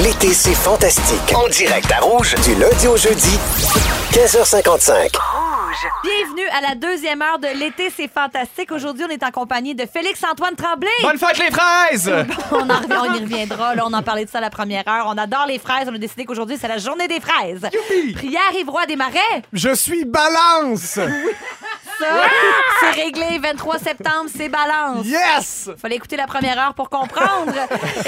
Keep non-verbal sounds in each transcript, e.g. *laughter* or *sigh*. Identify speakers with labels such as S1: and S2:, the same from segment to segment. S1: écoutez C'est fantastique. En direct à Rouge, du lundi au jeudi, 15h55.
S2: Bienvenue à la deuxième heure de l'été, c'est fantastique. Aujourd'hui, on est en compagnie de Félix-Antoine Tremblay.
S3: Bonne fête les fraises!
S2: On, en revient- on
S3: *laughs*
S2: y reviendra, là, on en parlait de ça la première heure. On adore les fraises, on a décidé qu'aujourd'hui, c'est la journée des fraises. Prière Yves-Roi des Marais,
S3: Je suis balance!
S2: ça, c'est réglé, 23 septembre, c'est balance.
S3: Yes!
S2: Fallait écouter la première heure pour comprendre.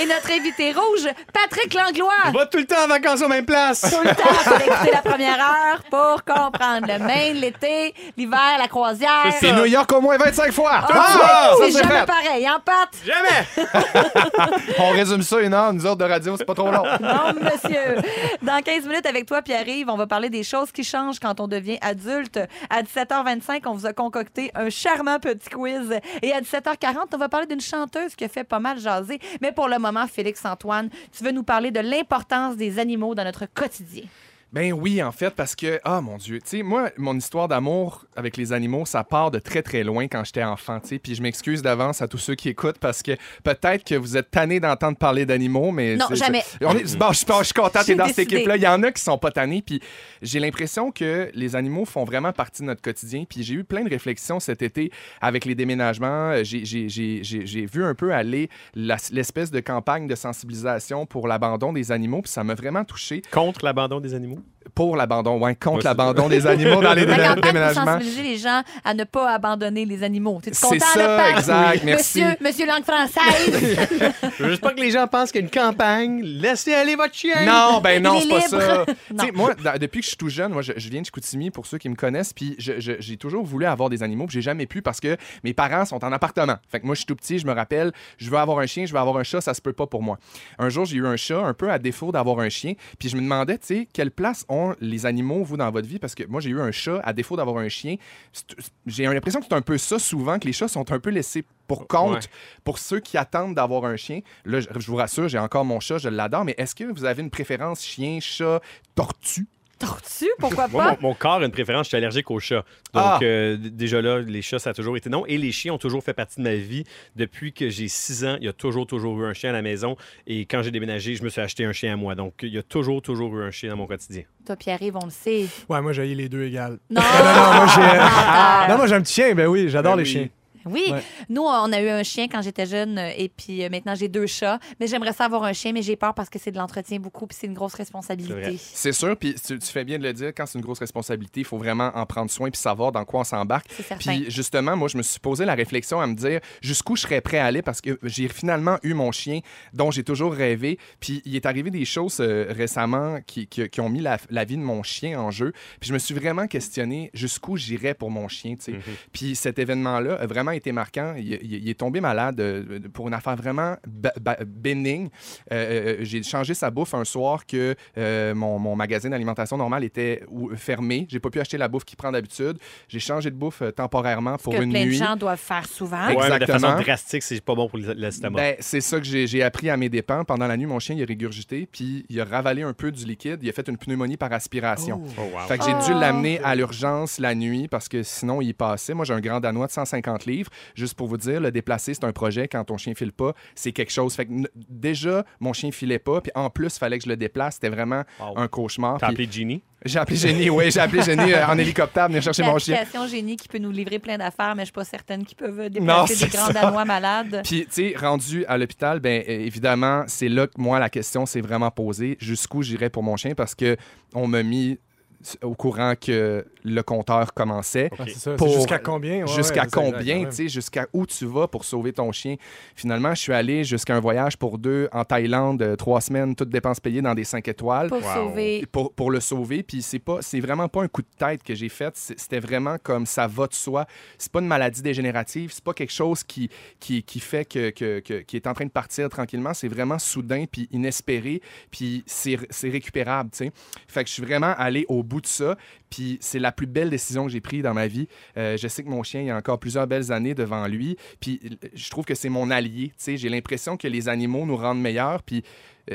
S2: Et notre invité rouge, Patrick Langlois.
S3: On va tout le temps en vacances aux mêmes places!
S2: tout le temps. Faut écouter la première heure pour comprendre le Maine, l'été, l'hiver, la croisière.
S3: C'est New York au moins 25 fois!
S2: Ah,
S3: Ah, ça,
S2: c'est
S3: c'est
S2: jamais
S3: fait.
S2: pareil, hein, Pat?
S3: Jamais! On résume ça une heure, nous autres de radio, c'est pas trop long.
S2: Non, monsieur. Dans 15 minutes avec toi, Pierre-Yves, on va parler des choses qui changent quand on devient adulte. À 17h25, on vous a concocté un charmant petit quiz. Et à 17h40, on va parler d'une chanteuse qui a fait pas mal jaser. Mais pour le moment, Félix-Antoine, tu veux nous parler de l'importance des animaux dans notre quotidien.
S3: Ben oui, en fait, parce que, ah mon Dieu, tu sais, moi, mon histoire d'amour avec les animaux, ça part de très très loin quand j'étais enfant, tu sais. Puis je m'excuse d'avance à tous ceux qui écoutent parce que peut-être que vous êtes tannés d'entendre parler d'animaux, mais.
S2: Non,
S3: c'est-
S2: jamais.
S3: c'est- on est- bon, je suis bon, je suis content,
S2: J'ai
S3: t'es dans cette
S2: décidé.
S3: équipe-là. Il y en a qui sont pas tannés, puis j'ai l'impression que les animaux font vraiment partie de notre quotidien. Puis j'ai eu plein de réflexions cet été avec les déménagements. Euh, J'ai, j'ai- j'ai- j'ai- j'ai vu un peu aller la- l'espèce de campagne de sensibilisation pour l'abandon des animaux, puis ça m'a vraiment touché
S4: Contre l'abandon des animaux?
S3: pour l'abandon, ouais, contre
S4: Ouais, c'est-
S3: l'abandon des animaux
S2: *laughs*
S3: dans les
S2: La
S3: déna-
S2: campagne pour
S3: déménagements.
S2: sensibiliser les gens à ne pas abandonner les animaux. T'es
S3: C'est
S2: content,
S3: ça,
S2: là, Pat?
S3: exact, merci.
S2: Monsieur, monsieur langue française.
S4: Je veux juste pas que les gens pensent qu'une campagne, laissez aller votre chien!
S3: Non, ben non,
S2: Il est
S3: c'est pas ça.
S2: libre.
S3: Tu sais, moi, dans- depuis que je suis tout jeune, moi, je, je viens de Chicoutimi, pour ceux qui me connaissent, puis je- je- j'ai toujours voulu avoir des animaux, puis j'ai jamais pu parce que mes parents sont en appartement. Fait que moi, je suis tout petit, je me rappelle, je veux avoir un chien, je veux avoir un chat, ça se peut pas pour moi. Un jour, j'ai eu un chat, un peu à défaut d'avoir un chien, puis je me demandais, tu sais, quelle place ont les animaux, vous, dans votre vie? Parce que moi, j'ai eu un chat, à défaut d'avoir un chien, C'est- j'ai l'impression que c'est un peu ça souvent, que les chats sont un peu laissés pour compte
S4: Ouais.
S3: pour ceux qui attendent d'avoir un chien, là, je je vous rassure, j'ai encore mon chat, je l'adore, mais est-ce que vous avez une préférence chien, chat, tortue?
S2: Tortue, pourquoi
S4: Moi,
S2: pas?
S4: mon, mon corps a une préférence, je suis allergique aux chats. Donc,
S3: Ah.
S4: euh, d- déjà là, les chats, ça a toujours été non. Et les chiens ont toujours fait partie de ma vie. Depuis que j'ai 6 ans, il y a toujours, toujours eu un chien à la maison. Et quand j'ai déménagé, je me suis acheté un chien à moi. Donc, il y a toujours, toujours eu un chien dans mon quotidien.
S2: Toi, Pierre-Yves, on le sait.
S5: Ouais, moi, j'ai les deux égales. *laughs*
S2: Non!
S5: Non, non, moi, j'ai.
S2: Ah.
S3: *laughs*
S5: Non, moi, j'ai un petit chien, ben oui, j'adore
S4: Ben
S5: les
S4: oui.
S5: chiens.
S2: Oui,
S5: Ouais.
S2: nous, on a eu un chien quand j'étais jeune euh, et puis euh, maintenant j'ai deux chats. Mais j'aimerais ça avoir un chien, mais j'ai peur parce que c'est de l'entretien beaucoup puis c'est une grosse
S4: C'est
S2: responsabilité.
S3: C'est sûr, puis tu, tu fais bien de le dire, quand c'est une grosse responsabilité, il faut vraiment en prendre soin puis savoir dans quoi on s'embarque.
S2: C'est certain.
S3: Puis justement, moi, je me suis posé la réflexion à me dire jusqu'où je serais prêt à aller parce que j'ai finalement eu mon chien dont j'ai toujours rêvé. Puis il est arrivé des choses euh, récemment qui, qui- qui ont mis la, la vie de mon chien en jeu. Puis je me suis vraiment questionné jusqu'où j'irais pour mon chien. tu sais. Puis cet événement-là a vraiment été marquant. Il, il- il est tombé malade euh, pour une affaire vraiment ba- ba- bénigne. Euh, euh, j'ai changé sa bouffe un soir que euh, mon, mon magasin d'alimentation normale était ou- fermé. J'ai pas pu acheter la bouffe qu'il prend d'habitude. J'ai changé de bouffe euh, temporairement pour
S2: que
S3: une
S2: plein
S3: nuit.
S2: de gens doivent faire souvent.
S3: Exact.
S4: Ouais, mais de façon
S3: Exactement.
S4: drastique, c'est pas bon pour les- l'estomac.
S3: Ben, c'est ça que j'ai j'ai appris à mes dépens. Pendant la nuit, mon chien, il a régurgité, puis il a ravalé un peu du liquide. Il a fait une pneumonie par aspiration.
S4: Oh, wow.
S3: Fait que j'ai
S2: Oh.
S3: dû l'amener à l'urgence la nuit parce que sinon il passait. Moi j'ai un grand danois de 150 livres. Juste pour vous dire, le déplacer c'est un projet. Quand ton chien file pas, c'est quelque chose. Fait que n- déjà mon chien filait pas, puis en plus fallait que je le déplace. C'était vraiment
S4: Wow.
S3: un cauchemar.
S4: T'as
S3: Puis
S4: appelé Ginny?
S3: J'ai appelé Jenny, oui, j'ai appelé Jenny euh, en hélicoptère venir chercher mon chien.
S2: L'application Génie qui peut nous livrer plein d'affaires, mais je suis pas certaine qu'ils peuvent euh,
S3: Non,
S2: déplacer
S3: c'est
S2: des grands
S3: ça.
S2: danois malades.
S3: Puis, tu sais, rendu à l'hôpital, ben euh, évidemment, c'est là que moi, la question s'est vraiment posée. Jusqu'où j'irais pour mon chien? Parce que on m'a mis s- au courant que le compteur commençait.
S5: Ah, c'est ça.
S3: Pour-
S5: C'est jusqu'à combien? Ouais,
S3: jusqu'à
S5: ouais, c'est exact,
S3: combien,
S5: quand
S3: tu sais, jusqu'à où tu vas pour sauver ton chien. Finalement, je suis allé jusqu'à un voyage pour deux en Thaïlande, euh, trois semaines, toutes dépenses payées dans des cinq étoiles.
S2: Pour
S4: Wow.
S2: sauver.
S3: Pour, pour le sauver, puis c'est pas, c'est vraiment pas un coup de tête que j'ai fait. C'est- C'était vraiment comme ça va de soi. C'est pas une maladie dégénérative. C'est pas quelque chose qui qui, qui fait que, que- que- qui est en train de partir tranquillement. C'est vraiment soudain puis inespéré, puis c'est c'est récupérable. tu sais. Fait que je suis vraiment allé au bout de ça. Puis c'est la plus belle décision que j'ai prise dans ma vie. Euh, je sais que mon chien, il a encore plusieurs belles années devant lui. Puis l- je trouve que c'est mon allié. tu sais. J'ai l'impression que les animaux nous rendent meilleurs. Puis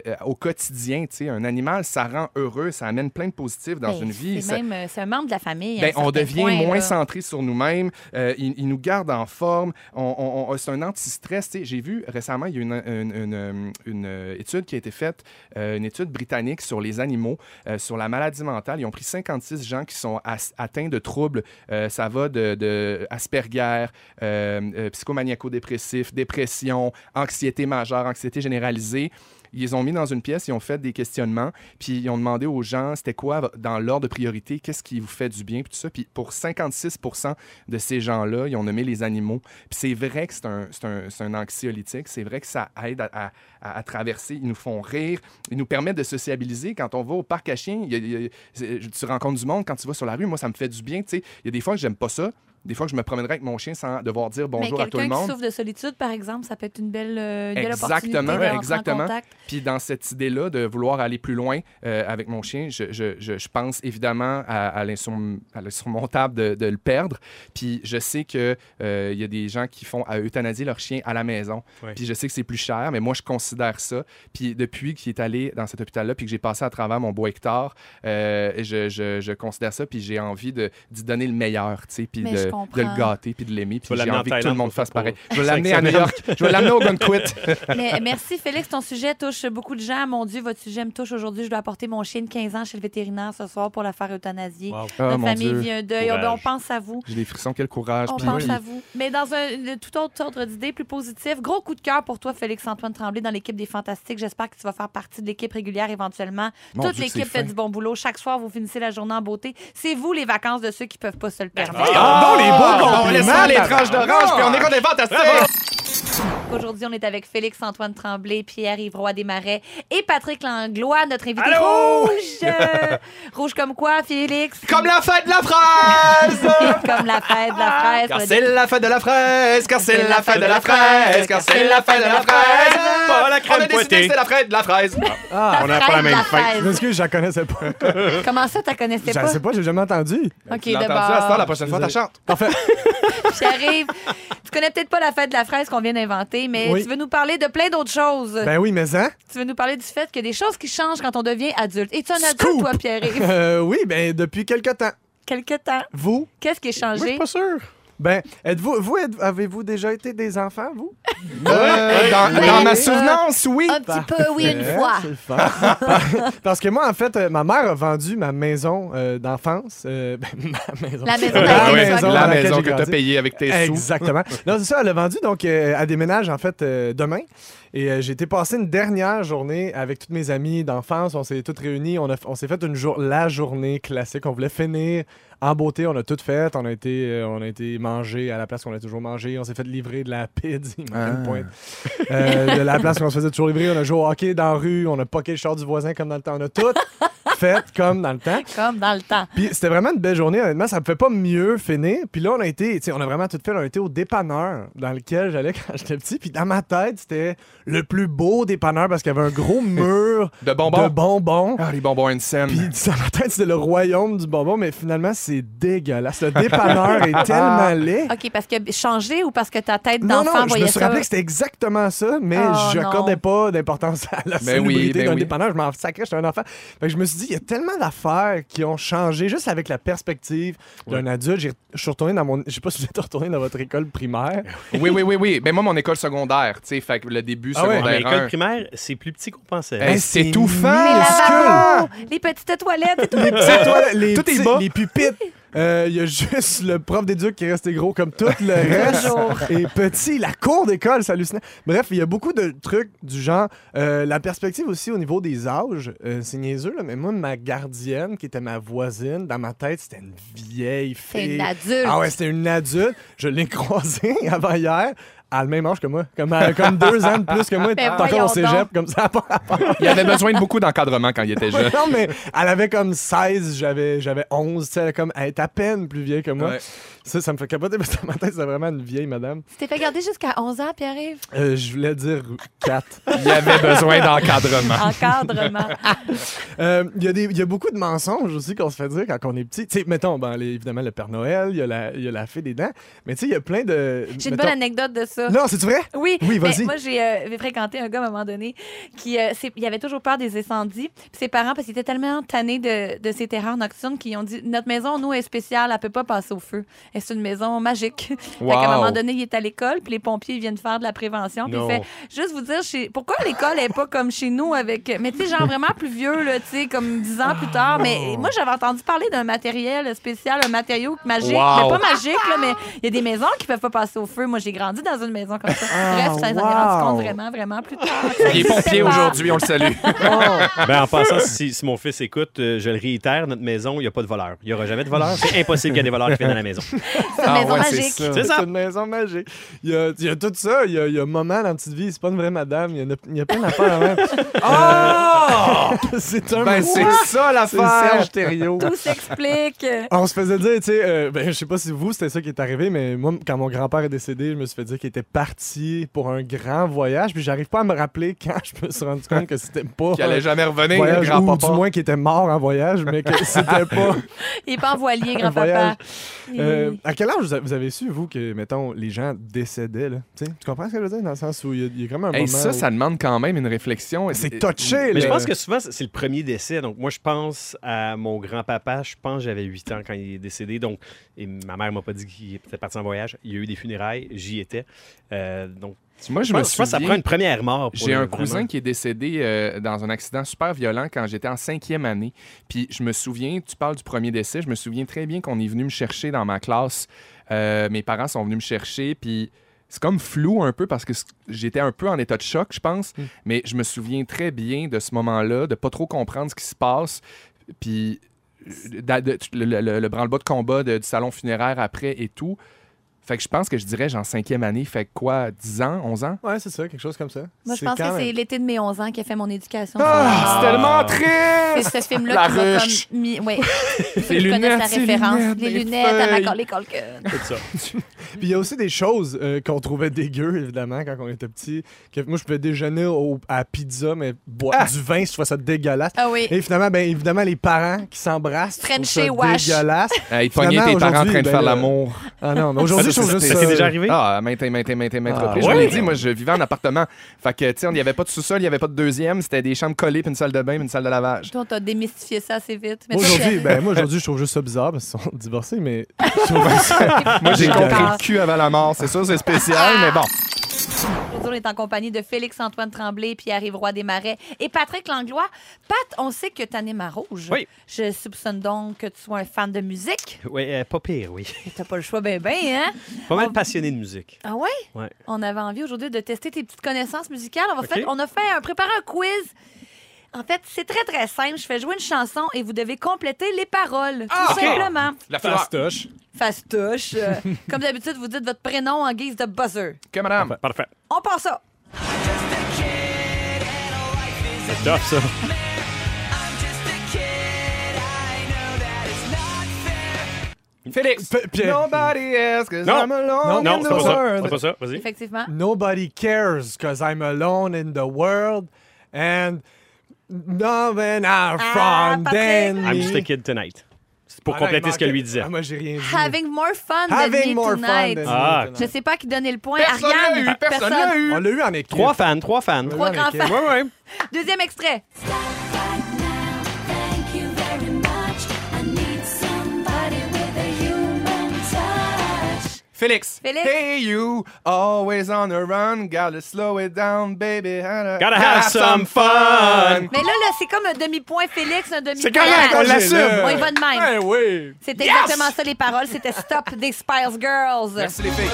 S3: euh, au quotidien. tu sais. Un animal, ça rend heureux, ça amène plein de positifs dans
S2: Ben,
S3: une vie.
S2: C'est
S3: Ça-
S2: même, euh, c'est un membre de la famille. à
S3: ben,
S2: un
S3: on
S2: certain
S3: devient
S2: point,
S3: moins
S2: là.
S3: centré sur nous-mêmes. Euh, il, il nous garde en forme. On, on- on- c'est un anti-stress. tu sais. J'ai vu récemment, il y a une, une- une, euh, une, euh, étude qui a été faite, euh, une étude britannique sur les animaux, euh, sur la maladie mentale. Ils ont pris 56 gens qui sont as- atteints de troubles. Euh, ça va de, de Asperger, euh, euh, psychomaniaco-dépressif, dépression, anxiété majeure, anxiété généralisée. Ils les ont mis dans une pièce, ils ont fait des questionnements, puis ils ont demandé aux gens c'était quoi v- dans l'ordre de priorité, qu'est-ce qui vous fait du bien, puis tout ça. Puis pour 56 de ces gens-là, ils ont nommé les animaux. Puis c'est vrai que c'est un, c'est un- c'est un anxiolytique, c'est vrai que ça aide à, à- à- à traverser. Ils nous font rire, ils nous permettent de sociabiliser. Quand on va au parc à chiens, il y a- il y a- c'est- tu rencontres du monde quand tu vas sur la rue. Moi, ça me fait du bien. tu sais. Il y a des fois que j'aime pas ça. Des fois que je me promènerai avec mon chien sans devoir dire bonjour
S2: Mais
S3: à tout le
S2: quelqu'un qui
S3: monde.
S2: souffre de solitude, par exemple, ça peut être une belle, euh, une belle
S3: Exactement,
S2: opportunité de rentrer en
S3: exactement.
S2: contact.
S3: Puis dans cette idée-là de vouloir aller plus loin euh, avec mon chien, je, je- je- je pense évidemment à, à l'insurm- à l'insurmontable de, de le perdre. Puis je sais qu'il y a des gens qui font à euthanasier leur chien à la maison.
S4: Ouais.
S3: Puis je sais que c'est plus cher, mais moi, je considère ça. Puis depuis qu'il est allé dans cet hôpital-là, puis que j'ai passé à travers mon beau hectare, euh, je, je- je considère ça, puis j'ai envie de- d'y donner le meilleur, tu sais, puis de,
S2: Mais je
S3: de
S2: comprends.
S3: le gâter, puis de l'aimer. Puis
S4: vas
S3: j'ai
S4: l'amener en
S3: envie que tout le
S4: Thaïlande
S3: monde
S4: pour-
S3: fasse
S4: pour-
S3: pareil. Je vais
S4: cinq
S3: l'amener à New
S4: semaines.
S3: York. Je vais l'amener au Gunquit.
S2: Mais merci, Félix. Ton sujet touche beaucoup de gens. Mon Dieu, votre sujet me touche aujourd'hui. Je dois apporter mon chien de 15 ans chez le vétérinaire ce soir pour la faire euthanasier.
S4: Wow.
S3: Ah,
S2: Notre
S3: mon
S2: famille
S3: Dieu.
S2: vit un deuil. Oh, ben, on
S4: Courage.
S2: pense à vous.
S3: J'ai des frissons, quel courage.
S2: On
S3: Puis
S2: pense
S3: oui.
S2: à vous. Mais dans un de tout autre ordre d'idée, plus positif, gros coup de cœur pour toi, Félix-Antoine Tremblay, dans l'équipe des Fantastiques. J'espère que tu vas faire partie de l'équipe régulière éventuellement.
S3: Mon
S2: Toute
S3: Dieu, que
S2: l'équipe
S3: c'est
S2: fait
S3: fin.
S2: du bon boulot. Chaque soir, vous finissez la journée en beauté. C'est vous les vacances de ceux qui peuvent pas se le permettre.
S3: Ah, les beaux
S5: compliments,
S3: On laisse ça les
S5: tabarnak.
S3: tranches d'orange,
S5: Ah!
S3: puis on est des fantastiques.
S2: Aujourd'hui, on est avec Félix-Antoine Tremblay, Pierre-Yves Roy Desmarais et Patrick Langlois, notre invité
S3: Allô? *laughs*
S2: rouge. rouge comme quoi, Félix?
S3: Comme la fête de la fraise.
S2: *laughs*
S3: Ah!
S2: Comme la fête de la fraise.
S3: Car c'est la fête de la fraise, car c'est la fête de la fraise, car c'est la fête de la fraise.
S4: Pas la crème
S3: On a décidé
S4: fouettée.
S3: que c'était la fête de la fraise.
S5: Ah,
S4: On n'a pas la même fête.
S5: *laughs* je m'excuse, je la connaissais pas.
S2: Comment ça, t'as connaissais
S5: Je
S2: pas?
S5: la sais pas, j'ai jamais entendu.
S2: OK,
S3: Tu l'as entendu à ce temps, la
S5: *laughs*
S2: d'abord,
S3: prochaine fois, t'as chante.
S2: j'arrive. Tu connais peut-être pas la fête de la fraise qu'on vient d'inventer, mais
S5: Oui.
S2: tu veux nous parler de plein d'autres choses.
S5: Ben oui,
S3: *laughs*
S5: mais hein?
S2: Tu veux nous parler du fait qu'il y a des choses qui changent quand on devient adulte. Es-tu un adulte,
S5: Scoop!
S2: toi, Pierre-Yves?
S5: *laughs* Euh, oui, ben depuis quelque temps.
S2: Quelque temps.
S5: Vous?
S2: Qu'est-ce qui est
S5: Moi, je suis
S2: changé?
S5: pas sûr. Ben, êtes-vous, vous êtes- avez-vous déjà été des enfants, vous?
S3: Euh, Dans
S2: Oui.
S3: dans ma souvenance, oui.
S2: Un petit peu, oui, une
S5: Euh,
S2: fois.
S5: c'est le fun. *laughs* Parce que moi, en fait, euh, ma mère a vendu ma maison euh, d'enfance. euh, *laughs* ben, ma maison.
S2: La maison
S5: Euh,
S2: dans
S5: *laughs*
S2: laquelle tu as
S5: la maison,
S2: grandi.
S5: dans
S3: Ah, La
S5: laquelle
S3: maison
S5: j'ai
S3: que t'as
S5: grandi.
S3: payée avec tes sous. *laughs*
S5: Exactement. Non, c'est ça, elle l'a vendu, donc euh, elle déménage en fait euh, demain. Et euh, j'ai été passer une dernière journée avec toutes mes amies d'enfance. On s'est toutes réunis. On, a- on s'est fait une jour, la journée classique. On voulait finir en beauté. On a tout fait. On a été, euh, on a été manger à la place qu'on a toujours mangé. On s'est fait livrer de la pizza. *laughs* Il manquait une
S3: Ah.
S5: pointe. Euh, de la place qu'on se faisait toujours livrer. On a joué au hockey dans la rue. On a poqué le char du voisin comme dans le temps. On
S3: *laughs*
S5: a tout fait comme dans le temps.
S2: Comme dans le temps.
S5: Puis c'était vraiment une belle journée, honnêtement, ça me fait pas mieux finir. Puis là, on a été, tu sais, on a vraiment tout fait, on a été au dépanneur dans lequel j'allais *laughs* quand j'étais petit. Puis dans ma tête, c'était le plus beau dépanneur parce qu'il y avait
S3: *laughs*
S5: un gros mur
S3: De
S5: de
S3: bonbons.
S5: bonbons.
S3: Ah, les bonbons Insem.
S5: Puis dans ma tête, c'était le royaume du bonbon, mais finalement, c'est dégueulasse. Le dépanneur
S3: *laughs*
S5: est tellement laid.
S2: OK, parce que changé ou parce que ta tête
S5: Non,
S2: d'enfant
S5: non, je
S2: voyait
S5: me suis
S2: ça?
S5: rappelé que c'était exactement ça, mais
S2: Oh,
S5: je
S2: non.
S5: n'accordais pas d'importance à la
S3: Ben oui,
S5: salubrité
S3: ben
S5: d'un
S3: oui.
S5: dépanneur. Je m'en sacrais, j'étais un enfant. Fait que je me suis dit, il y a tellement d'affaires qui ont changé juste avec la perspective d'un adulte. J'ai- Je suis retourné dans mon... Je sais pas si vous êtes retourné dans votre école primaire.
S3: Oui, oui, oui, oui. Ben moi, mon école secondaire, tu sais, fait que le début
S5: Ah ouais.
S4: Mais
S3: secondaire
S4: l'école
S3: 1.
S4: primaire, c'est plus petit qu'on pensait.
S3: Hey,
S5: Hey,
S3: c'est
S5: c'est
S2: Les
S3: étouffant!
S2: lavabos, les petites toilettes et tout.
S5: Les petites toilettes, les,
S3: Tout est
S5: petits-
S3: bas.
S5: les pupitres. Euh, Il y a juste le prof d'éduc qui est resté gros comme tout le reste.
S2: Toujours.
S5: Et petit, la cour d'école, c'est hallucinant. Bref, il y a beaucoup de trucs du genre. euh, la perspective aussi au niveau des âges, euh, c'est niaiseux, là, mais moi, ma gardienne, qui était ma voisine, dans ma tête, c'était une vieille
S2: C'est
S5: fille.
S2: une adulte.
S5: Ah ouais, c'était une adulte. Je l'ai *laughs* croisée avant hier. Elle a le même âge que moi. Comme, euh, comme deux ans de plus que moi.
S2: *laughs*
S5: Elle est
S2: voyons
S5: encore au cégep, comme ça.
S3: Il avait besoin de beaucoup d'encadrement quand il était jeune.
S5: non, mais elle avait comme 16, j'avais, j'avais 11. tu sais, Elle, est comme, elle est à peine plus vieille que moi.
S3: Ouais.
S5: Ça, ça me fait capoter parce que dans ma tête, c'est vraiment une vieille madame.
S2: Tu t'es fait garder jusqu'à 11 ans, Pierre-Yves?
S5: Euh, je voulais dire
S3: *laughs*
S5: 4.
S3: Il avait besoin d'encadrement.
S2: Ah,
S5: *laughs*
S2: Encadrement.
S5: Euh, Il y, a des- il y a beaucoup de mensonges aussi qu'on se fait dire quand on est petit. Tu sais, mettons, ben, les- évidemment, le Père Noël, il y, a la- il y a la fée des dents. Mais tu sais, il y a plein de.
S2: J'ai une
S5: mettons-
S2: bonne anecdote de ça. ça.
S5: Non,
S2: *laughs*
S5: c'est vrai?
S2: Oui,
S5: Oui,
S2: mais
S5: vas-y.
S2: moi j'ai euh, fréquenté un gars à un moment donné qui euh, c'est- il avait toujours peur des incendies. Puis ses parents, parce qu'ils étaient tellement tannés de, de ces terreurs nocturnes qu'ils ont dit Notre maison, nous, est spéciale, elle peut pas passer au feu. Et c'est une maison magique. *laughs* Fait qu'à un
S3: Wow.
S2: moment donné, il est à l'école, puis les pompiers ils viennent faire de la prévention. Puis il
S4: Non.
S2: fait Juste vous dire chez- pourquoi l'école est pas comme chez nous avec. Mais tu sais, genre vraiment plus vieux, là, tu sais, comme 10 ans plus tard. Mais moi, j'avais entendu parler d'un matériel spécial, un matériau magique.
S3: Wow.
S2: Mais pas magique, là, mais il y a des maisons qui peuvent pas passer au feu. Moi, j'ai grandi dans une maison comme ça. Bref, ça, s'en est rendu
S5: Ah, wow.
S2: compte vraiment, vraiment plus
S3: *laughs*
S2: tard.
S3: Il est pompier aujourd'hui, on le salue.
S4: *laughs*
S5: Oh,
S4: Ben, en passant, si, si mon fils écoute, euh, je le réitère, notre maison, il n'y a pas de voleurs. Il n'y aura jamais de voleurs. C'est impossible qu'il y ait des voleurs qui viennent à la maison.
S2: C'est une
S3: Ah,
S2: maison
S3: ouais, c'est
S2: magique.
S3: ça.
S4: C'est ça.
S5: une maison magique. Il y a, il y a tout ça. Il y a, il y a Maman dans Petite Vie. C'est pas une vraie madame. Il y, en a- il y a plein
S3: *laughs*
S5: d'affaires. hein. Euh,
S3: Oh!
S5: *laughs* c'est un
S3: Ben,
S5: mot.
S3: c'est ça
S5: C'est
S3: l'affaire.
S5: Serge Thériault.
S2: Tout s'explique.
S5: On se faisait dire, tu sais, euh, ben, je sais pas si vous, c'était ça qui est arrivé, mais moi, quand mon grand-père est décédé, je me suis fait dire qu'il était parti pour un grand voyage, puis j'arrive pas à me rappeler quand je me suis rendu compte que c'était pas
S3: Qui allait
S5: un
S3: jamais revenir,
S5: voyage,
S3: grand
S5: ou du moins qu'il était mort en voyage, mais que c'était pas...
S2: Il est pas en voilier,
S5: Un
S2: grand-papa.
S5: voyage. Euh, à quel âge vous a- vous avez su, vous, que, mettons, les gens décédaient, là? Tu sais, tu comprends ce que je veux dire? Dans le sens où il y a- il y, a comme un
S3: Hey,
S5: moment
S3: ça,
S5: où-
S3: ça demande quand même une réflexion.
S5: C'est touché, là.
S4: Mais je pense que souvent, c'est c'est le premier décès. Donc, moi, je pense à mon grand-papa. Je pense que j'avais 8 ans quand il est décédé. Donc, et ma mère m'a pas dit qu'il était parti en voyage. Il y a eu des funérailles. J'y étais. Euh, donc,
S3: Moi,
S4: je,
S3: je me
S4: pense, je pense que ça prend
S3: souviens,
S4: une première mort. pour
S3: j'ai
S4: le-
S3: un
S4: vraiment.
S3: cousin qui est décédé euh, dans un accident super violent quand j'étais en cinquième année. Puis je me souviens, tu parles du premier décès, je me souviens très bien qu'on est venu me chercher dans ma classe. Euh, mes parents sont venus me chercher, puis c'est comme flou un peu parce que c- j'étais un peu en état de choc, je pense.
S4: Hmm.
S3: Mais je me souviens très bien de ce moment-là, de pas trop comprendre ce qui se passe. Puis euh, d'a- de- le, le- le- le branle-bas de combat de- du salon funéraire après et tout. Fait que je pense que je dirais, genre, cinquième année, fait quoi, 10 ans, 11 ans?
S5: Ouais, c'est ça, quelque chose comme ça.
S2: Moi, je
S5: C'est
S2: pense que
S5: quand
S2: c'est
S5: même-
S2: l'été de mes 11 ans qui a fait mon éducation.
S3: Ah, c'est tellement
S2: C'est
S3: triste!
S2: ce
S3: La
S2: film-là qui m'a
S3: ruche.
S2: comme mis. Ouais.
S3: *laughs* Les
S2: je connais
S3: lunettes,
S2: la
S3: les
S2: référence.
S3: lunettes,
S2: Les
S3: les
S2: lunettes à
S3: feuilles.
S2: Macaulay Culkin.
S4: Tout ça.
S5: Puis il y a aussi des choses euh, qu'on trouvait dégueu, évidemment, quand on était petit. Que moi, je pouvais déjeuner au- à pizza, mais boire
S3: Ah!
S5: du vin, je trouvais ça dégueulasse.
S2: Ah oui.
S5: Et finalement, ben, évidemment, les parents qui s'embrassent.
S2: Frenchie,
S5: Frenchie,
S2: wesh.
S3: *laughs*
S5: Dégueulasse.
S3: Hey, pogner
S5: Finalement,
S3: tes parents en
S5: aujourd'hui,
S3: train de
S5: ben,
S3: faire
S5: euh,
S3: l'amour.
S5: Ah non, mais aujourd'hui,
S3: Ça,
S5: je trouve
S3: c'est-
S5: juste
S3: c'est-
S5: ça.
S4: c'est déjà arrivé?
S3: Ah, maintes, maintes, maintes, maintes
S5: Ah,
S3: reprises. Je
S4: ouais?
S3: vous l'ai dit, moi, je vivais en appartement. Fait que, tu sais, il n'y avait pas de sous-sol, il n'y avait pas de deuxième, c'était des chambres collées, puis une salle de bain, puis une salle de
S2: *laughs*
S3: lavage.
S2: Toi, t'as démystifié ça assez vite. Mais toi,
S5: Aujourd'hui,
S2: t'as-
S5: ben, moi, aujourd'hui, je trouve juste ça bizarre parce qu'ils sont
S2: *laughs*
S5: divorcés, mais je trouve ça-
S3: Moi, j'ai
S5: Ah.
S3: compris le cul avant la mort, c'est sûr, c'est spécial, mais bon.
S2: Aujourd'hui, on est en compagnie de Félix-Antoine Tremblay, Pierre-Yves Roy Desmarais et Patrick Langlois. Pat, on sait que t'en es ma rouge.
S4: Oui.
S2: Je soupçonne donc que tu sois un fan de musique.
S4: Ouais, euh, pas pire, oui. *laughs*
S2: Et T'as pas le choix, ben ben, hein?
S4: Pas
S2: On-
S4: mal passionné de musique.
S2: Ah ouais?
S4: Ouais.
S2: On avait envie aujourd'hui de tester tes petites connaissances musicales. On, va
S4: OK.
S2: fait- on a fait un, préparé un quiz. En fait, c'est très, très simple. Je fais jouer une chanson et vous devez compléter les paroles.
S4: Ah,
S2: tout
S3: OK.
S2: simplement.
S3: La fleur.
S2: Fastoche.
S4: *laughs*
S2: euh, comme d'habitude, vous dites votre prénom en guise de buzzer.
S3: Que madame.
S4: Parfait.
S2: On part ça.
S4: C'est tough, ça.
S3: Félix.
S5: P- Pierre.
S3: Nobody else, 'cause
S4: Non.
S3: I'm alone
S4: Non,
S3: in the
S4: c'est pas ça.
S3: world.
S4: C'est pas ça. Vas-y.
S2: Effectivement.
S4: Mm.
S5: Nobody cares cause I'm alone in the world and no man are
S2: Ah,
S5: from
S2: Patrick.
S5: then.
S4: I'm just a kid tonight. C'est pour
S5: Ah,
S4: compléter
S5: non, il
S4: ce que lui
S5: manquait-
S4: disait.
S5: Ah, moi, j'ai rien dit.
S2: Having more fun than me
S5: Having more
S2: tonight.
S5: fun than
S4: Ah.
S5: me
S2: Je
S5: tonight.
S2: sais pas qui donnait le point.
S3: Personne l'a
S2: Ariane.
S3: eu, personne l'a eu.
S5: On l'a eu en équipe.
S4: Trois fans, trois fans.
S5: On l'a eu
S2: Trois
S5: en
S2: grands
S5: équipe.
S2: fans.
S4: Ouais, ouais.
S2: Deuxième extrait.
S6: Thank you very much. I need somebody with a human touch.
S3: Félix.
S2: Félix.
S3: Hey you, always on the run, gotta slow it down, baby. Gotta,
S4: Gotta have some fun.
S2: Mais là, là c'est comme un demi-point Félix, un demi-point.
S3: C'est correct, on
S2: Ariane.
S3: l'assume.
S2: On y va de même.
S5: Ben oui.
S2: C'est
S3: Yes!
S2: exactement ça les paroles. C'était Stop des Spice Girls.
S3: Merci les filles.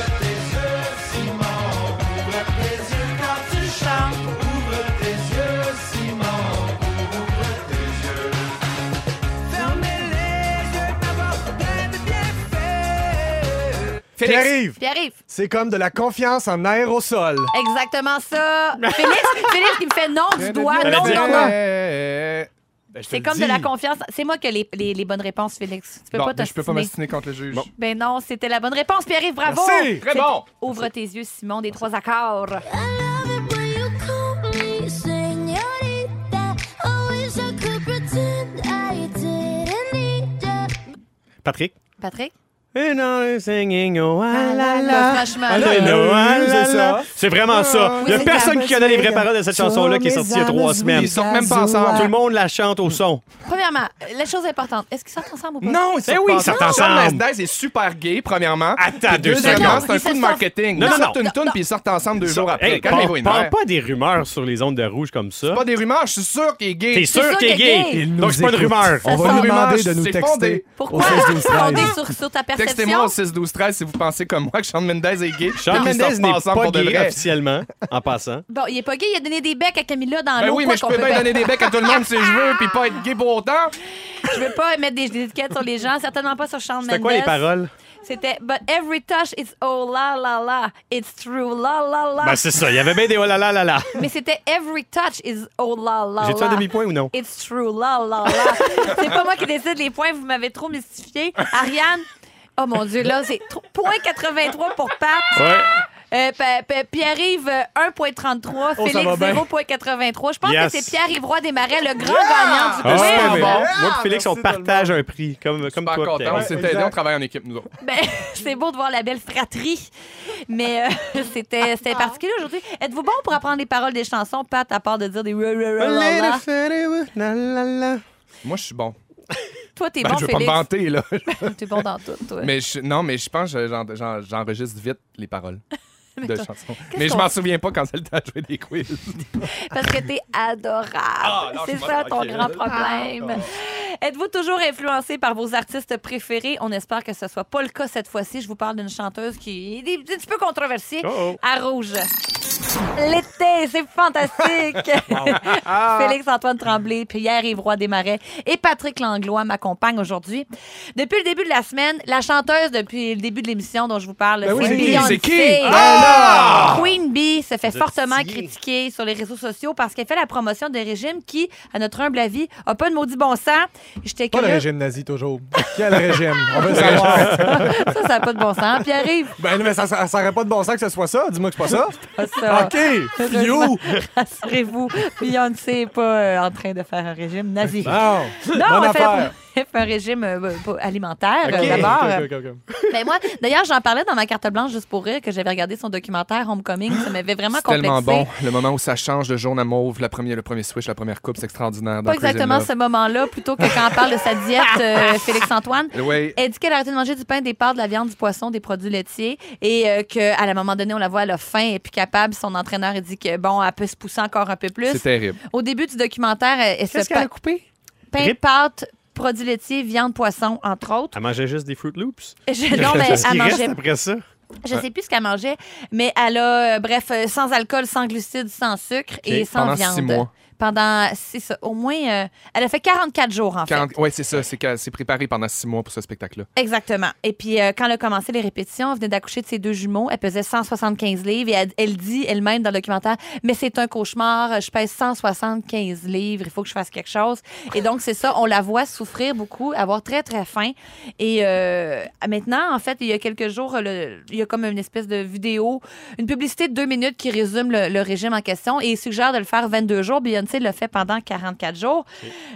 S5: Qui
S3: Félix.
S5: arrive.
S2: Pierre-Yves.
S5: C'est comme de la confiance en aérosol.
S2: Exactement ça. Félix, Félix qui me fait non du doigt. Non,
S4: dit-
S2: non, non.
S3: Euh,
S5: Ben,
S2: C'est comme de la confiance. C'est moi qui ai les, les- les bonnes réponses, Félix. Tu peux
S3: bon,
S2: pas
S3: mais je peux pas
S2: t'obstiner.
S3: m'astiner contre le juge.
S2: Ben non, c'était la bonne réponse, Pierre-Yves. Bravo.
S5: Merci.
S3: Très
S2: C'est-
S3: bon.
S2: Ouvre tes yeux, Simon, des trois accords.
S6: I love it when you call me señorita. I wish I could pretend I didn't need ya.
S4: Patrick.
S2: Patrick?
S4: And I'm singing, oh, ah, la, la.
S2: Franchement,
S4: Ah,
S2: là,
S4: là,
S2: euh,
S4: là, là,
S5: c'est
S4: là.
S5: ça.
S4: C'est vraiment ça.
S2: Oui,
S4: Il n'y a
S2: c'est
S4: personne
S5: la
S4: qui connaît les vraies
S5: musique.
S4: paroles de cette chanson-là qui est sortie il y a trois semaines.
S3: Ils sortent même pas ensemble.
S4: Tout le monde la chante au son.
S2: Premièrement, la chose importante, est-ce qu'ils sortent ensemble ou pas?
S3: Non, ils
S4: Ben oui, ils sortent
S3: Sean
S4: ensemble.
S3: Mendes est super gay, premièrement.
S4: Attends
S3: Puis
S4: deux
S3: Deuxièmement, c'est un
S4: secondes.
S2: Ils
S3: coup de
S2: sortent-
S3: marketing.
S4: Non,
S3: Ils
S4: non,
S3: sortent
S4: non.
S3: une toune puis ils sortent ensemble deux jours après.
S4: Hey,
S3: Calmez-vous,
S4: parle,
S3: une
S4: parle
S3: mère.
S4: pas des rumeurs sur les ondes de rouge comme ça.
S3: Pas des rumeurs, je suis sûr qu'il est
S4: T'es
S3: gay.
S4: sûr qu'il est gay.
S5: Il nous
S4: Donc, c'est pas une
S5: écoute.
S4: rumeur.
S5: On
S2: Ça
S5: va
S2: sent
S5: lui
S3: le
S5: demander
S3: match,
S5: de nous
S3: c'est
S5: texter.
S3: fondé.
S2: Pourquoi?
S5: Au 16, 12, 13.
S2: Fondé sur, sur ta
S3: Textez-moi
S2: perception.
S3: au 6 12 13 si vous pensez comme moi que Sean Mendes est gay.
S4: Sean
S3: Puis qu'ils
S4: Mendes
S3: sortent
S4: n'est
S3: ensemble
S4: pas
S3: pour de
S4: gay
S3: vrai.
S4: officiellement,
S2: *laughs*
S4: en passant.
S2: Bon, il est pas gay, il a donné des becs à Camilla dans
S3: Ben
S2: l'eau.
S3: oui,
S2: quoi
S3: mais je
S2: qu'on
S3: peux
S2: peut
S3: bien
S2: faire.
S3: donner des becs à tout le monde si je veux, puis pas être gay pour autant.
S2: Je veux pas mettre des des étiquettes sur les gens, certainement pas sur Charles Mendes.
S4: C'était quoi les paroles?
S2: C'était But every touch is oh la la la, it's true la la la.
S4: Ben, c'est ça. Il y avait bien des oh là là là là.
S2: Ah. mais c'était Every touch is oh la la la.
S4: J'ai-tu un demi-point ou non?
S2: It's true la la la. *laughs* c'est pas moi qui décide les points, vous m'avez trop mystifié. Ariane, oh mon Dieu, là, c'est tro- point 83 pour Pat.
S4: Ouais.
S2: Euh, pa- pa- Pierre-Yves, euh, 1,33.
S5: Oh, ça
S2: Félix,
S5: va bien.
S2: 0,83. Je pense
S4: Yes.
S2: que c'est Pierre-Yves Roy Desmarais, le grand gagnant du
S4: Ah,
S2: quiz.
S4: super
S3: oui.
S4: bon. Moi
S5: Ah,
S4: et Félix,
S5: merci
S4: on
S5: tout le
S4: partage un prix, comme, comme
S3: Pas
S4: toi,
S3: Ben, content, on
S4: Pierre.
S3: s'est
S5: exact.
S3: aidés, on travaille en équipe, nous autres.
S2: Ben, *laughs* c'est beau de voir la belle fratrie, mais euh, *laughs* c'était c'était particulier aujourd'hui. Êtes-vous bon pour apprendre les paroles des chansons, Pat, à part de dire des ra, ra, ra, la, la?
S3: Moi, je suis bon.
S2: Toi, t'es
S3: Ben,
S2: bon,
S3: je vais pas me
S2: Félix.
S3: vanter, là.
S2: t'es bon dans tout, toi.
S3: Mais je- non, mais je pense que j'en- j'en- j'enregistre vite les paroles de
S2: toi,
S3: chansons. Mais je
S2: qu'on-
S3: m'en souviens pas quand c'est le temps de jouer des quiz.
S2: Parce que t'es adorable.
S3: Ah, non, je
S2: c'est
S3: suis
S2: ça
S3: pas
S2: ton
S3: tranquille. Ah.
S2: grand problème. Êtes-vous toujours influencé par vos artistes préférés? On espère que ce soit pas le cas cette fois-ci. Je vous parle d'une chanteuse qui est un petit peu controversée.
S4: Oh, oh.
S2: À rouge. L'été, c'est
S3: *laughs*
S2: fantastique. *laughs*
S3: Ah.
S2: Félix-Antoine Tremblay, Pierre-Yves Roy Desmarais et Patrick Langlois m'accompagnent aujourd'hui. Depuis le début de la semaine, la chanteuse depuis le début de l'émission dont je vous parle,
S5: Ben oui,
S2: c'est
S5: c'est qui?
S2: Beyoncé.
S3: C'est qui? Ben
S2: Queen Bee se fait fortement
S4: fatigué.
S2: critiquer sur les réseaux sociaux parce qu'elle fait la promotion d'un régime qui, à notre humble avis, a pas de maudit bon sens. J'étais
S5: Pas le
S2: curieuse.
S5: régime nazi, toujours. Quel régime? On veut savoir.
S2: *laughs* Ça, ça n'a pas de bon sens. Pierre-Yves,
S5: Ben non, mais ça, ça, ça aurait pas de bon sens que ce soit ça. Dis-moi que c'est pas ça.
S2: pas ça.
S5: *laughs* OK, Fio.
S2: Rassurez-vous, Beyoncé n'est pas euh, en train de faire un régime nazi.
S5: Non,
S2: Non,
S5: Ah, bonne
S2: elle fait,
S5: affaire.
S2: *laughs* elle fait un régime euh, euh, alimentaire euh,
S5: OK,
S2: d'abord.
S5: OK, OK, OK.
S2: Ben moi, d'ailleurs, j'en parlais dans ma carte blanche juste pour rire que j'avais regardé son documentaire Homecoming. Ça m'avait vraiment
S3: C'est tellement
S2: complexé.
S3: bon. Le moment où ça change de jaune à mauve, la première, le premier switch, la première coupe, c'est extraordinaire.
S2: Pas exactement ce moment-là, plutôt que quand on parle de sa diète, euh, Félix-Antoine.
S3: Oui.
S2: Elle dit qu'elle a arrêté de manger du pain, des pâtes, de la viande, du poisson, des produits laitiers et euh, qu'à un moment donné, on la voit, elle a faim et puis capable. Son entraîneur, il dit que bon, elle peut se pousser encore un peu plus.
S3: C'est terrible.
S2: Au début du documentaire, elle, elle se pa-
S4: coupé?
S2: pain,
S4: Rip.
S2: pâtes, produits laitiers, viande, poisson, entre autres.
S4: Elle mangeait juste des Fruit Loops.
S2: Je- non, mais
S4: Qu'est-ce
S2: elle
S4: qui reste
S2: mangeait
S4: après ça?
S2: Je sais plus ce qu'elle mangeait, mais elle a, euh, bref, euh, sans alcool, sans glucides, sans sucre et sans
S3: pendant
S2: viande.
S3: six mois.
S2: Pendant, c'est ça, au moins, euh, elle a fait 44 jours, en fait.
S3: Oui, c'est ça. C'est qu'elle s'est préparée pendant six mois pour ce spectacle-là.
S2: Exactement. Et puis, euh, quand elle a commencé les répétitions, elle venait d'accoucher de ses deux jumeaux. Elle pesait 175 livres et elle, elle dit elle-même dans le documentaire Mais c'est un cauchemar, euh, je pèse 175 livres, il faut que je fasse quelque chose. Et donc, c'est ça, on la voit souffrir beaucoup, avoir très, très faim. Et euh, maintenant, en fait, il y a quelques jours, le- il y a comme une espèce de vidéo, une publicité de deux minutes qui résume le, le régime en question et suggère de le faire 22 jours. Beyoncé le fait pendant 44 jours.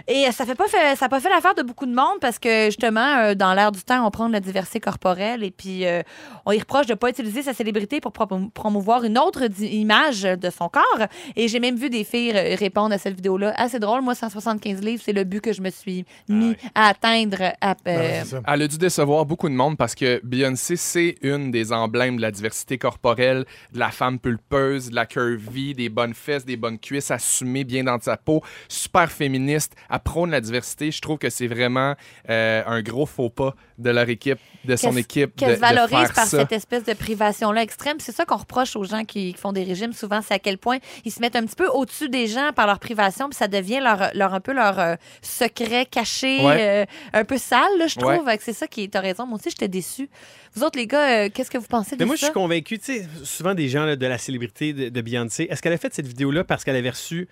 S2: Et euh, ça fait pas fait, ça a pas fait l'affaire de beaucoup de monde parce que justement, euh, dans l'air du temps, on prend de la diversité corporelle et puis euh, on y reproche de ne pas utiliser sa célébrité pour pro- promouvoir une autre di- image de son corps. Et j'ai même vu des filles euh, répondre à cette vidéo-là. Ah, c'est drôle, moi, 175 livres, c'est le but que je me suis mis
S5: Ah
S2: à atteindre. À, euh,
S5: C'est ça.
S3: Elle a dû décevoir beaucoup de monde parce que Beyoncé, c'est une des emblèmes de la diversité corporelle, de la femme pulpeuse, de la curvy, des bonnes fesses, des bonnes cuisses, assumée bien dans sa peau, super féministe, à prône la diversité. Je trouve que c'est vraiment euh, un gros faux pas de leur équipe, de son
S2: qu'elle-
S3: équipe. de-
S2: Qu'elle se
S3: de
S2: valorise
S3: faire
S2: par
S3: ça.
S2: cette espèce de privation-là extrême. C'est ça qu'on reproche aux gens qui, qui font des régimes souvent, c'est à quel point ils se mettent un petit peu au-dessus des gens par leur privation, puis ça devient leur, leur un peu leur euh, secret caché, euh,
S3: Ouais.
S2: un peu sale, là, je
S3: Ouais.
S2: trouve. Fait que C'est ça qui est. as raison. Moi aussi, j'étais déçue. Vous autres, les gars, euh, qu'est-ce que vous pensez de
S4: Mais moi, je
S2: ça?
S4: suis convaincu, tu sais, souvent des gens là, de la célébrité de, de Beyoncé, est-ce qu'elle a fait cette vidéo-là parce qu'elle avait reçu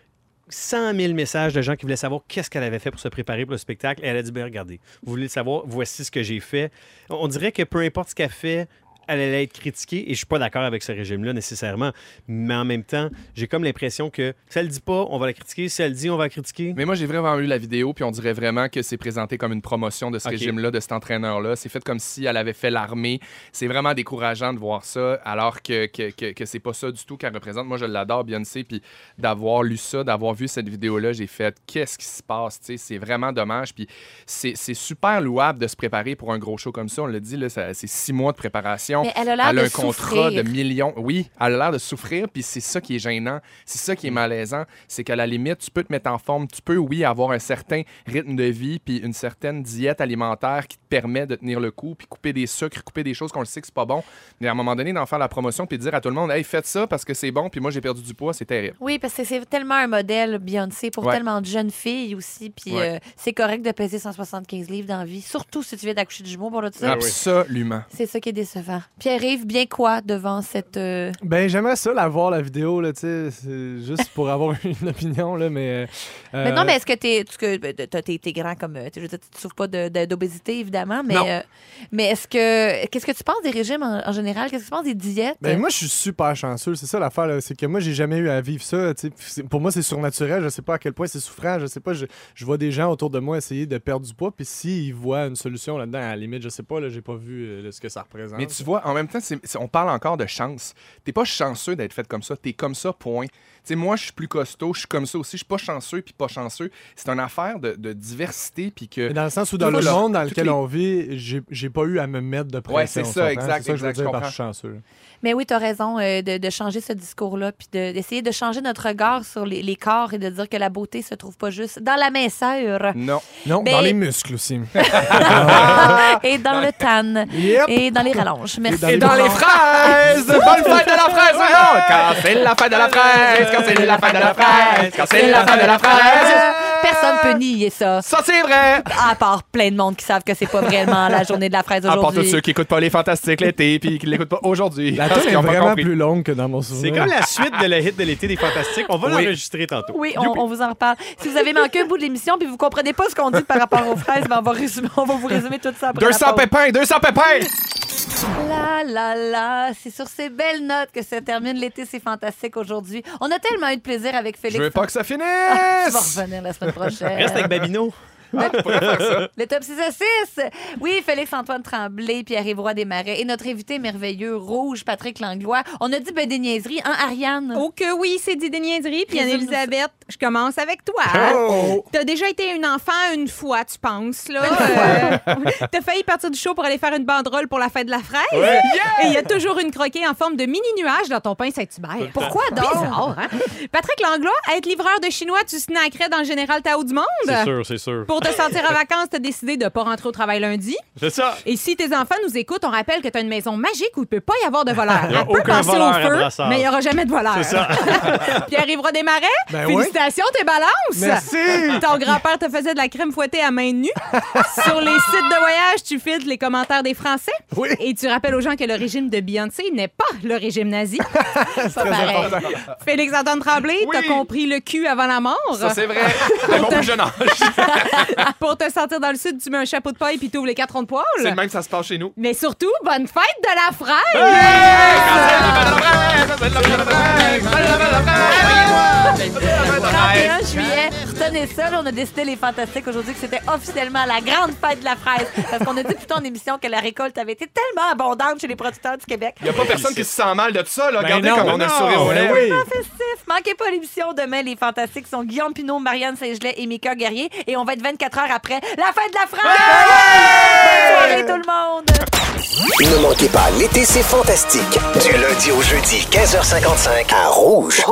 S4: 100 000 messages de gens qui voulaient savoir qu'est-ce qu'elle avait fait pour se préparer pour le spectacle? Et elle a dit, ben regardez, vous voulez le savoir, voici ce que j'ai fait. On on dirait que peu importe ce qu'elle fait, elle allait être critiquée et je suis pas d'accord avec ce régime-là nécessairement. Mais en même temps, j'ai comme l'impression que si elle dit pas, on va la critiquer. Si elle dit, on va la critiquer.
S3: Mais moi, j'ai vraiment eu la vidéo, puis on dirait vraiment que c'est présenté comme une promotion de ce
S4: Ok.
S3: régime-là, de cet entraîneur-là. C'est fait comme si elle avait fait l'armée. C'est vraiment décourageant de voir ça, alors que, que, que- que c'est pas ça du tout qu'elle représente. Moi, je l'adore, Beyoncé, puis d'avoir lu ça, d'avoir vu cette vidéo-là, j'ai fait qu'est-ce qui se passe, tu sais, c'est vraiment dommage. Puis c'est c'est super louable de se préparer pour un gros show comme ça. On l'a dit, là, ça- c'est six mois de préparation.
S2: Mais elle a l'air de
S3: un contrat
S2: souffrir.
S3: de millions. Oui, elle a l'air de souffrir, puis c'est ça qui est gênant, c'est ça
S2: Mm.
S3: qui est malaisant, c'est qu'à la limite, tu peux te mettre en forme, tu peux, oui, avoir un certain rythme de vie, puis une certaine diète alimentaire qui te permet de tenir le coup, puis couper des sucres, couper des choses qu'on le sait que c'est pas bon, mais à un moment donné, d'en faire la promotion, puis de dire à tout le monde, hey, faites ça parce que c'est bon, puis moi, j'ai perdu du poids, c'est terrible.
S2: Oui, parce que c'est tellement un modèle, Beyoncé, pour
S3: Ouais.
S2: tellement de jeunes filles aussi. Puis
S3: Ouais.
S2: euh, c'est correct de peser 175 livres dans la vie, surtout si tu viens d'accoucher du jumeau pour l'autre ça.
S3: Absolument.
S2: C'est ça qui est décevant. Pierre-Yves, bien quoi devant cette. euh,
S5: Ben, j'aimerais ça, la voir, la vidéo, là, tu sais, c'est juste pour avoir *laughs* une opinion, là, mais... euh,
S2: Mais non, mais est-ce que t'es. tu- que- ben, T'as t'es- t'es grand comme. euh, Je veux dire, tu ne souffres pas de- de- d'obésité, évidemment, mais.
S5: Non.
S2: euh, mais est-ce que. Qu'est-ce que tu penses des régimes en, en général? Qu'est-ce que tu penses des diètes?
S5: Ben, moi, je suis super chanceux, c'est ça l'affaire, là, c'est que moi, j'ai jamais eu à vivre ça, tu sais, puis c'est- Pour moi, c'est surnaturel, je sais pas à quel point c'est souffrant, je sais pas, je, je vois des gens autour de moi essayer de perdre du poids, puis s'ils voient une solution là-dedans, à la limite, je sais pas, là, j'ai pas vu euh, ce que ça représente.
S3: Mais tu vois, en même temps, c'est- c'est- on parle encore de chance. T'es pas chanceux d'être fait comme ça. T'es comme ça, point. Tu sais, moi, je suis plus costaud, je suis comme ça aussi. Je suis pas chanceux, puis pas chanceux. C'est une affaire de, de diversité, puis que...
S5: Mais dans le sens où, dans
S3: Tout
S5: le
S3: le-
S5: monde dans
S3: toutes
S5: lequel
S3: les-
S5: on vit, j'ai j'ai pas eu à me mettre de pression.
S3: Ouais, c'est
S5: tu
S3: ça,
S5: comprends?
S3: exact,
S5: C'est ça que je veux
S3: exact, je
S5: dire par je suis
S3: comprends.
S5: chanceux. là.
S2: Mais oui, tu as raison euh, de, de changer ce discours-là, puis de- d'essayer de, changer notre regard sur les, les corps et de dire que la beauté se trouve pas juste dans la minceur
S3: Non.
S5: Non,
S2: Ben-
S5: dans les muscles
S3: *laughs*
S5: aussi.
S2: *laughs* et dans
S5: *laughs*
S2: le tan
S5: Yep.
S2: et dans les rallonges. Merci.
S5: Et dans les
S3: fraises! *laughs* Bonne fête de la fraise! hein! Quand c'est la fête de la fraise! Quand c'est la fête de la fraise! Quand c'est la fête de la fraise!
S2: Personne peut nier ça,
S3: Ça, c'est vrai!
S2: à part plein de monde qui savent que c'est pas réellement la journée de la fraise
S3: À part tous ceux
S2: aujourd'hui.
S3: qui écoutent pas les Fantastiques l'été puis qui l'écoutent pas aujourd'hui.
S5: La
S3: Parce
S5: tune est
S3: qu'ils ont pas
S5: vraiment
S3: compris.
S5: plus longue que dans mon
S4: C'est
S5: souvenir.
S4: comme la suite de la hit de l'été des Fantastiques. On va
S3: Oui.
S4: l'enregistrer tantôt.
S2: Oui, on, on vous en reparle. Si vous avez manqué un bout de l'émission puis vous comprenez pas ce qu'on dit par rapport aux fraises, ben on, va résumer- on va vous résumer tout ça après la
S3: 200
S2: pause.
S3: pépins! 200 pépins!
S2: La la la, c'est sur ces belles notes que se termine l'été, c'est fantastique aujourd'hui. On a tellement eu de plaisir avec
S3: Je
S2: Félix.
S3: veux pas que ça
S2: Tu vas
S3: finisse!
S2: revenir la semaine
S4: Reste
S2: prochaine.
S4: avec Babino.
S2: Le top 6 à 6. Oui, Félix-Antoine Tremblay, Pierre-Yves Roy Desmarais et notre invité merveilleux rouge, Patrick Langlois. On a dit ben des niaiseries, hein, Ariane?
S7: Oh que oui, c'est des déniaiseries. Puis
S2: Résume-nous
S7: Anne-Elisabeth, je commence avec toi.
S4: Ah.
S3: Oh!
S7: T'as déjà été une enfant une fois, tu penses, là. Euh, *laughs* T'as failli partir du show pour aller faire une banderole pour la fête de la fraise. Et il y a toujours une croquée en forme de mini-nuage dans ton pain Saint-Hubert.
S2: Pourquoi donc?
S7: Bizarre, hein? Patrick Langlois, à être livreur de chinois, tu snackerais dans le Général Tao du Monde?
S4: C'est sûr, c'est sûr.
S7: Pour te sentir en vacances, t'as décidé de pas rentrer au travail lundi.
S4: C'est ça.
S7: Et si tes enfants nous écoutent, on rappelle que t'as une maison magique où il peut pas y avoir de voleurs.
S4: Il y a
S7: Elle peut
S4: aucun
S7: passer
S4: voleur
S7: au
S4: à
S7: feu,
S4: Brassard.
S7: mais il y aura jamais de voleurs.
S4: C'est ça.
S7: *laughs* Puis arrivera des marais.
S5: Ben oui.
S7: Félicitations, tes balances.
S5: Merci!
S7: Ton grand-père te faisait de la crème fouettée à main nue. Sur les sites de voyage, tu filtres les commentaires des Français.
S5: Oui.
S7: Et tu rappelles aux gens que le régime de Beyoncé n'est pas le régime nazi.
S2: C'est pas pareil.
S7: Félix-Antoine Tremblay,
S3: Oui.
S7: t'as compris le cul avant la mort.
S3: Ça, c'est vrai! Mais bon, plus jeune âge.
S7: *laughs* Pour te sentir dans le sud, tu mets un chapeau de paille puis t'ouvres les quatre ronds de poêle.
S3: C'est le même que ça se passe chez nous.
S7: Mais surtout, bonne fête de la fraise!
S3: Hey!
S2: 31 juillet, retenez ça, là, on a décidé les fantastiques aujourd'hui que c'était officiellement la grande fête de la fraise parce qu'on a dit plutôt en émission que la récolte avait été tellement abondante chez les producteurs du Québec.
S3: Il n'y a pas personne qui se sent mal de tout ça, là. Regardez
S5: non,
S3: comme on
S5: ben
S3: a le
S5: non,
S3: sourire aux
S5: ben
S3: lèvres.
S5: oui.
S2: festif. Manquez pas l'émission demain. Les fantastiques sont Guillaume Pinot, Marianne Saint-Gelais et Mika Guerrier. Et on va être 24 heures après la fête de la France. Bonne soirée tout le monde.
S1: Ne manquez pas, l'été c'est fantastique. Du lundi au jeudi, 15h55 à Rouge.